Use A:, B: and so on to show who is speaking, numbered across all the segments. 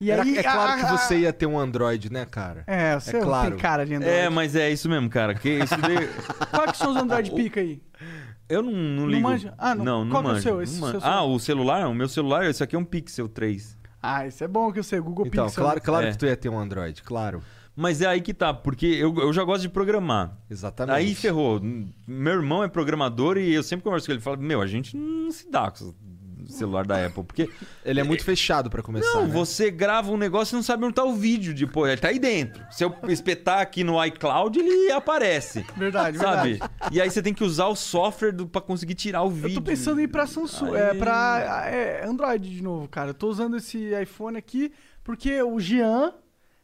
A: E
B: Era-
A: aí,
B: é claro
A: a-
B: que você ia ter um Android, né, cara?
A: É, você não
B: claro.
A: tem cara de Android.
C: É, mas é isso mesmo, cara. Que isso daí-
A: Qual que são os Android pica aí?
C: Eu não, não ligo.
A: manja? Ah, não.
C: Não, não
A: Qual que é o
C: manjo,
A: seu?
C: não
A: Esse
C: manjo.
A: seu celular?
C: ah, o celular? O meu celular, esse aqui é um Pixel 3.
A: Ah, isso é bom que eu sei, Google
B: Então,
A: Pixel.
B: claro, claro
C: É.
B: que tu ia ter um Android, claro.
C: Mas é aí que tá, porque eu, eu já gosto de programar.
B: Exatamente.
C: Aí ferrou. Meu irmão é programador e eu sempre converso com ele. ele Fala, meu, a gente não se dá com o celular da Apple, porque
B: Ele é muito fechado pra começar.
C: Não,
B: né?
C: você grava um negócio e não sabe onde tá o vídeo depois. Ele tá aí dentro. Se eu espetar aqui no iCloud, ele aparece.
A: né? Verdade,
C: sabe?
A: É verdade.
C: E aí você tem que usar o software do, pra conseguir tirar o
A: Eu
C: vídeo.
A: tô pensando em ir pra Samsung,
C: Aí-
A: é, pra é, Android de novo, cara. Eu tô usando esse iPhone aqui porque o Jean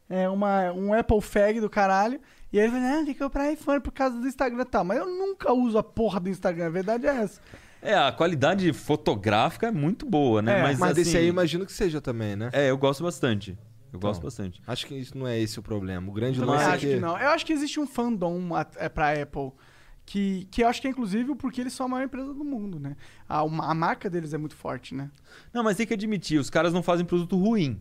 A: é uma, um Apple fag do caralho. E aí ele fala, ah, tem que comprar iPhone por causa do Instagram e tal. Mas eu nunca uso a porra do Instagram, a verdade é essa.
C: É, a qualidade fotográfica é muito boa, né?
A: É,
C: mas
B: Mas
C: assim,
B: desse aí eu imagino que seja também, né?
C: É, eu gosto bastante. Eu gosto
B: Então.
C: bastante.
B: Acho que isso não é esse o problema. O grande
A: Eu também
B: lance é
A: acho
B: que...
A: que não. Eu acho que existe um fandom a- é, pra Apple. Que, que eu acho que é inclusive porque eles são a maior empresa do mundo, né? A, uma- a marca deles é muito forte, né?
C: Não, mas tem que admitir, os caras não fazem produto ruim.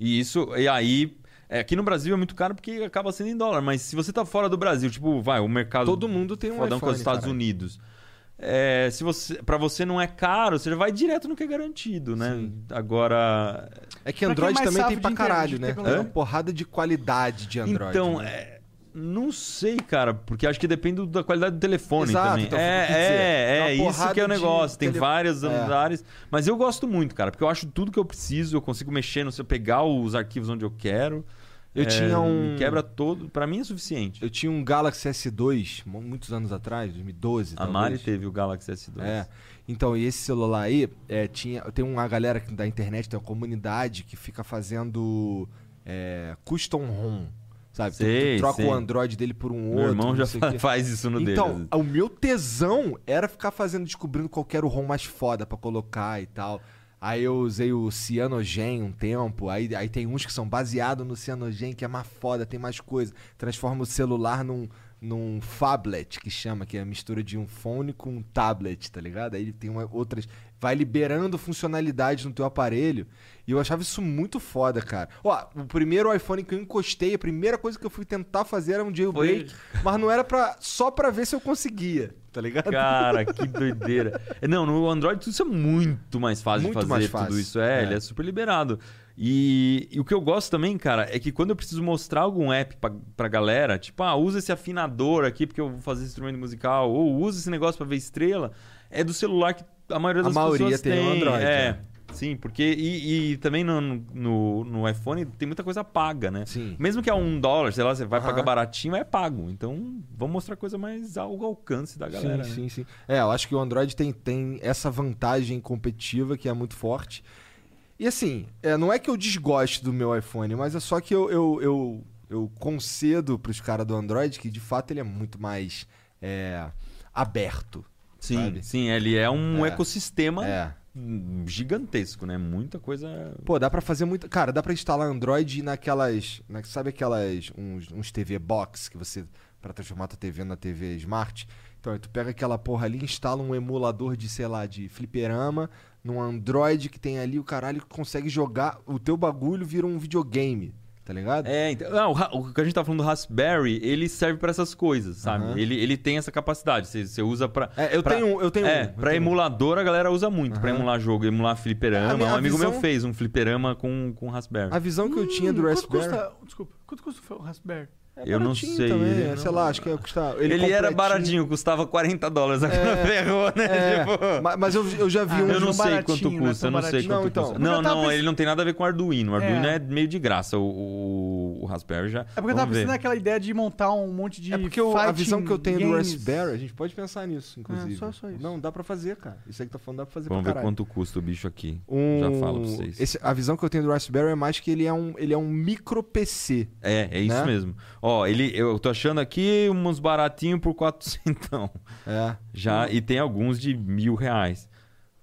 C: E isso, e aí. é, aqui no Brasil é muito caro porque acaba sendo em dólar, mas se você tá fora do Brasil, tipo, vai, o mercado.
B: Todo mundo tem um
C: fodão que é
B: iPhone,
C: os Estados
B: caralho.
C: Unidos. É, se você, para você não é caro, você já vai direto no que é garantido, né? Agora,
B: É
A: Pra
B: que
A: quem
B: Android
A: mais
B: também
A: sabe
B: tem
A: de
B: pra
A: internet,
B: caralho,
A: de
B: né?
A: tecnologia.
B: É uma porrada de qualidade de Android.
C: um então,
B: né?
C: é, não sei, cara, porque acho que depende da qualidade do telefone
B: Exato,
C: também.
B: então,
C: é,
B: foi o que eu quis dizer.
C: é,
B: É
C: é,
B: uma
C: isso que é o
B: porrada de
C: negócio. Tem
B: tele-
C: várias
B: É.
C: andares, mas eu gosto muito, cara, porque eu acho tudo que eu preciso, eu consigo mexer no seu pegar os arquivos onde eu quero.
B: Eu tinha um-
C: é, quebra todo, Pra mim é suficiente.
B: Eu tinha um Galaxy S2 mu- muitos anos atrás, 2012,
C: A
B: talvez.
C: Mari teve o Galaxy S2.
B: É. Então, e esse celular aí, é, tinha, tem uma galera que- da internet, tem uma comunidade que fica fazendo é, custom ROM, sabe? Tu-
C: Sei,
B: tu troca
C: sei.
B: o Android dele por um
C: Meu
B: outro.
C: irmão
B: não
C: já
B: sei o
C: fa-
B: quê.
C: faz isso no dele. às
B: Então,
C: vezes.
B: o meu tesão era ficar fazendo, descobrindo qual que era o ROM mais foda pra colocar e tal. Aí eu usei o Cyanogen um tempo, aí, aí tem uns que são baseados no Cyanogen, que é mais foda, tem mais coisa. Transforma o celular num, num phablet, que chama, que é a mistura de um fone com um tablet, tá ligado? Aí ele tem uma- outras... Vai liberando funcionalidades no teu aparelho. E eu achava isso muito foda, cara. Ó, o primeiro iPhone que eu encostei, a primeira coisa que eu fui tentar fazer era um jailbreak. Mas não era pra, só pra ver se eu conseguia, tá ligado?
C: Cara, que doideira. Não, no Android tudo isso é muito mais fácil
B: Muito
C: de fazer
B: mais fácil.
C: tudo isso. É,
B: É.
C: ele é super liberado. E, e o que eu gosto também, cara, é que quando eu preciso mostrar algum app pra, pra galera, tipo, ah, usa esse afinador aqui porque eu vou fazer instrumento musical, ou usa esse negócio pra ver estrela, é do celular que a maioria
B: A
C: das
B: maioria
C: pessoas
B: tem
C: tem.
B: um Android,
C: é.
B: né?
C: Sim, porque. E, e também no, no, no iPhone tem muita coisa paga, né?
B: Sim.
C: Mesmo que é um dólar, sei lá, você vai
B: Aham.
C: pagar baratinho, mas é pago. Então, vamos mostrar coisa mais ao alcance da galera. né?
B: sim, sim, sim. É, eu acho que o Android tem, tem essa vantagem competitiva que é muito forte. E assim, é, não é que eu desgoste do meu iPhone, mas é só que eu, eu, eu, eu concedo pros caras do Android que de fato ele é muito mais é, aberto.
C: Sim,
B: sabe?
C: sim, ele é um
B: É.
C: ecossistema
B: É.
C: gigantesco, né? Muita coisa.
B: Pô, dá pra fazer muita. Cara, dá pra instalar Android naquelas. na- Sabe aquelas. Uns, uns TV box que você. Pra transformar tua TV na TV Smart. Então, aí tu pega aquela porra ali, instala um emulador de, sei lá, de fliperama, num Android que tem ali o caralho que consegue jogar. O teu bagulho vira um videogame, tá ligado?
C: É, então, ah, o, ra- o que a gente tá falando do Raspberry, ele serve pra essas coisas, sabe?
B: Aham.
C: Ele, ele tem essa capacidade, você, você usa pra.
B: É, eu
C: pra-
B: tenho um, eu tenho um.
C: É,
B: eu
C: pra
B: tenho um.
C: emulador a galera usa muito, pra
B: Aham.
C: emular jogo, emular
B: A
C: fliperama.
B: minha
C: um amigo meu
B: visão-
C: fez um fliperama com, com Raspberry.
B: A visão que eu tinha do
A: Hum,
B: Raspberry.
A: Quanto custa, desculpa, quanto custa o Raspberry?
B: É
C: Eu não
B: baratinho
C: sei,
B: também,
C: ele
B: é,
C: não-
B: Sei lá, acho que ia custar.
C: Ele, era
B: completinho.
C: baratinho, custava 40 dólares, agora ferrou, né?
B: É,
C: Tipo-
B: ma- mas eu, eu já vi
A: Ah,
B: um
C: eu
A: tão
C: não sei quanto
A: baratinho, né?
C: custa,
A: Tão
C: eu não sei
B: baratinho.
C: quanto
B: Não, então.
C: custa.
A: Porque eu
C: Não,
A: tava
C: não,
A: pens-
C: ele não tem nada a ver com o Arduino. O Arduino
A: É.
C: é, meio de graça. O, o, o Raspberry já.
A: É porque eu
C: Vamos
A: tava
C: ver.
A: pensando naquela ideia de montar um monte de.
B: É porque eu- a
A: fighting
B: visão que eu tenho do
A: games.
B: Raspberry, a gente pode pensar nisso, inclusive.
A: É, só- só isso.
B: Não, dá pra fazer, cara. Isso aí que tá falando dá pra fazer
C: Vamos
B: pra
C: ver
B: caralho.
C: quanto custa o bicho aqui.
B: Um...
C: Já falo pra vocês.
B: Esse- a visão que eu tenho do Raspberry é mais que ele é um, ele é um micro PC.
C: É, é isso
B: Né?
C: mesmo. Ó, ele, eu tô achando aqui uns baratinhos por 400.
B: É.
C: Já, e tem alguns de mil reais.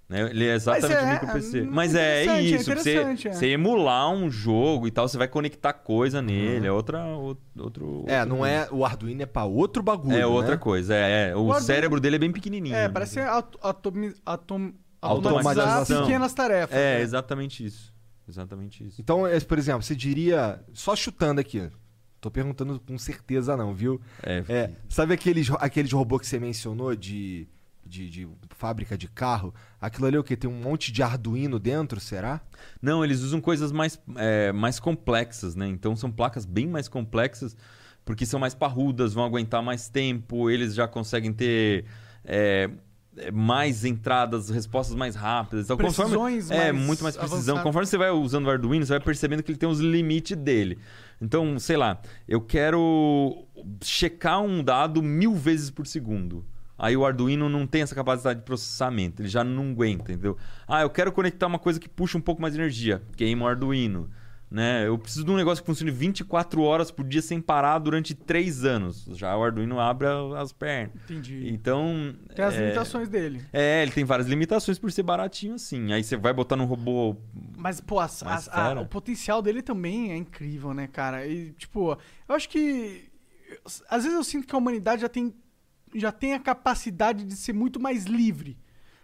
C: Né? Ele é exatamente
A: Mas é,
C: micro PC.
A: é,
C: Mas é,
A: interessante, é
C: isso. pra
A: interessante,
C: você,
A: é. Uhum.
C: você emular um jogo e tal, você vai conectar coisa nele. É outra. o- Outro,
B: É,
C: outro
B: não é. O Arduino é pra outro bagulho.
C: É outra
B: né?
C: coisa, é. é. O,
A: Arduino-
C: cérebro dele é bem
B: assim,
C: pequenininho.
A: É,
C: né?
A: parece atom, atom, atom,
C: Automatização.
A: automatizar pequenas tarefas.
C: É,
A: né?
C: exatamente isso. Exatamente isso.
B: Então, é, por exemplo, você diria, só chutando aqui, tô perguntando com certeza não, viu?
C: É,
B: É, sabe aqueles, ro- aqueles robô que você mencionou de, de, de fábrica de carro? Aquilo ali é o quê? Tem um monte de Arduino dentro, será?
C: Não, eles usam coisas mais, é, mais complexas, né? Então são placas bem mais complexas, porque são mais parrudas, vão aguentar mais tempo, eles já conseguem ter é, é, mais entradas, respostas mais rápidas. Então, conforme-
A: Precisões
C: É,
A: mais
C: muito mais precisão.
A: avançadas.
C: Conforme você vai usando o Arduino, você vai percebendo que ele tem os limites dele. Então, sei lá, eu quero checar um dado mil vezes por segundo. Aí o Arduino não tem essa capacidade de processamento, ele já não aguenta, entendeu? Ah, eu quero conectar uma coisa que puxa um pouco mais de energia, queima o Arduino. Né? Eu preciso de um negócio que funcione 24 horas por dia sem parar durante 3 anos. Já o Arduino abre as pernas.
A: Entendi.
C: Então.
A: Tem as
C: é,
A: limitações dele.
C: é, ele tem várias limitações por ser baratinho assim. Aí você vai botar num robô.
A: Mas, pô, as-
C: Mas
A: as- a-
C: fera.
A: o potencial dele também é incrível, né, cara? E, tipo, eu acho que. Às vezes eu sinto que a humanidade já tem, já tem a capacidade de ser muito mais livre.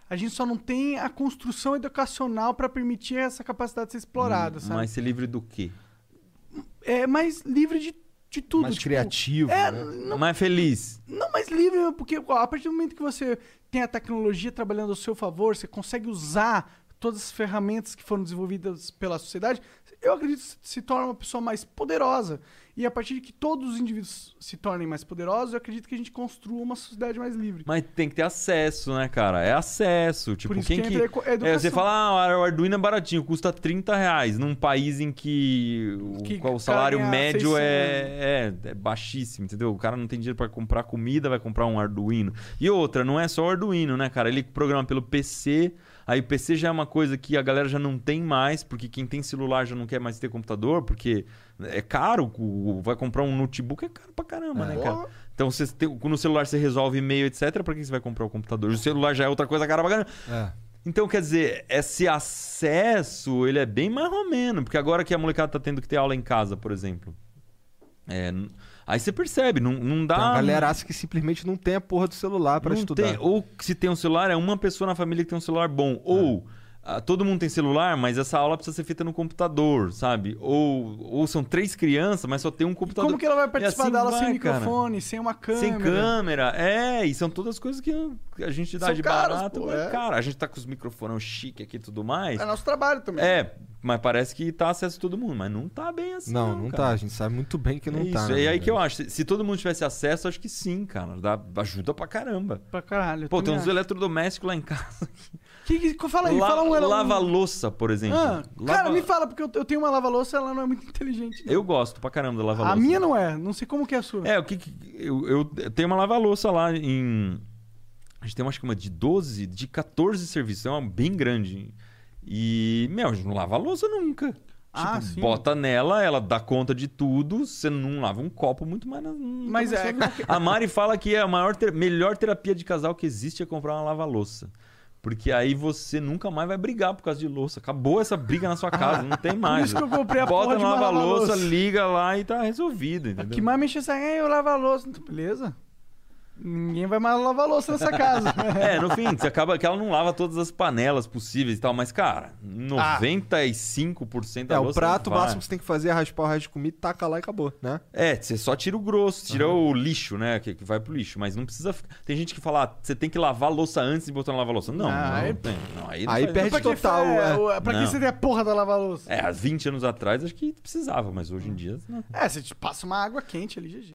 A: A gente só não tem a construção educacional pra permitir essa capacidade de ser explorada, sabe?
C: Hum, Mas ser livre do quê?
A: É mais livre de, de tudo.
B: Mais
A: tipo,
B: criativo,
A: É,
B: né?
C: Mais feliz.
A: Não, mas livre, porque ó, a partir do momento que você tem a tecnologia trabalhando ao seu favor, você consegue usar todas as ferramentas que foram desenvolvidas pela sociedade, eu acredito que se torna uma pessoa mais poderosa. E a partir de que todos os indivíduos se tornem mais poderosos, eu acredito que a gente construa uma sociedade mais livre.
C: Mas tem que ter acesso, né, cara? É acesso. Tipo,
A: Por isso
C: quem
A: que
C: que.
A: entra eco- educação.
C: É, você fala, ah, o Arduino é baratinho, custa 30 reais. Num país em que o,
A: Que
C: qual o salário
A: ganha
C: médio é, é, é baixíssimo, entendeu? O cara não tem dinheiro pra comprar comida, vai comprar um Arduino. E outra, não é só o Arduino, né, cara? Ele programa pelo PC. Aí o PC já é uma coisa que a galera já não tem mais, porque quem tem celular já não quer mais ter computador, porque é caro. o- Vai comprar um notebook é caro pra caramba, né, cara?
A: Porra,
C: Então, você tem, no celular você resolve e-mail, etc. Pra que você vai comprar o computador? O celular já é outra coisa cara pra caramba.
B: É.
C: Então, quer dizer, esse acesso, ele é bem mais ou menos. Porque agora que a molecada tá tendo que ter aula em casa, por exemplo. É, n- aí você percebe, não, não dá...
B: Tem uma galera que simplesmente não tem a porra do celular pra
C: Tá não
B: estudar.
C: tem- ou que se tem um celular, é uma pessoa na família que tem um celular bom. Ou... ah, Todo mundo tem celular, mas essa aula precisa ser feita no computador, sabe? Ou, ou são três crianças, mas só tem um computador.
A: Como que ela vai participar
C: assim
A: da aula sem
C: vai, cara.
A: microfone, sem uma câmera?
C: Sem câmera, é, e são todas coisas que a gente dá
A: São
C: de
A: caras,
C: barato.
A: pô,
C: mas,
A: é.
C: Cara, a gente tá com os microfones chique aqui e tudo mais.
A: É nosso trabalho também.
C: É, mas parece que tá acesso a todo mundo, mas não tá bem assim.
B: Não, não, tá.
C: cara.
B: A gente sabe muito bem que não
C: é isso.
B: tá. né,
C: e aí que eu
B: velho?
C: acho, se, se todo mundo tivesse acesso, acho que sim, cara. Dá, ajuda pra caramba.
A: Pra caralho. eu
C: Pô, tem
A: também
C: uns
A: acho.
C: eletrodomésticos lá em casa.
A: que, que, Fala aí,
C: La-
A: fala um um-
C: Lava-louça, por exemplo.
A: Ah, Cara,
C: Lava-
A: me fala, porque eu, eu tenho uma lava-louça, ela não é muito inteligente. não.
C: Eu gosto pra caramba da lava-louça.
A: A minha não é, não sei como que é a sua.
C: É, o que. que- eu, eu tenho uma lava-louça lá em. A gente tem uma, acho que uma de 12, de 14 serviços. É uma bem grande. E, meu, a gente não lava a louça nunca.
A: Ah,
C: tipo,
A: sim.
C: bota nela, ela dá conta de tudo. Você não lava um copo muito mais. na- nunca
A: Mas
C: tá mais
A: é-
C: na vida. A Mari fala que é a maior ter- melhor terapia de casal que existe é comprar uma lava-louça. Porque aí você nunca mais vai brigar por causa de louça. Acabou essa briga na sua casa, não tem
A: Por
C: mais.
A: isso que eu comprei a
C: Bota
A: porra de
C: na
A: uma
C: lava-louça,
A: lava-louça.
C: liga lá e tá resolvido,
A: A
C: entendeu?
A: que mais mexe essa é eu lavo a louça. Então, beleza? Ninguém vai mais lavar a louça nessa casa.
C: É, no fim, você acaba que ela não lava todas as panelas possíveis e tal, mas, cara,
A: Ah.
C: 95% da
B: É, o
C: louça
B: prato, o
C: vai.
B: máximo que você tem que fazer é raspar o resto de comida, taca lá e acabou, né?
C: É, você só tira o grosso, tira o lixo, né? Que, que vai pro lixo, mas não precisa. ficar- Tem gente que fala, ah, você tem que lavar a louça antes de botar na lava-louça. Não,
A: Ah,
C: não,
A: aí-
C: tem. Não, aí não
B: aí
C: faz- É,
B: perde
C: pra
A: pra
C: quê?
A: que,
B: total,
A: é,
B: é.
A: o- pra que
C: Não.
A: você tem a porra da lava louça?
C: É, há 20 anos atrás acho que precisava, mas hoje em dia. Não.
A: É, você te passa uma água quente ali, GG.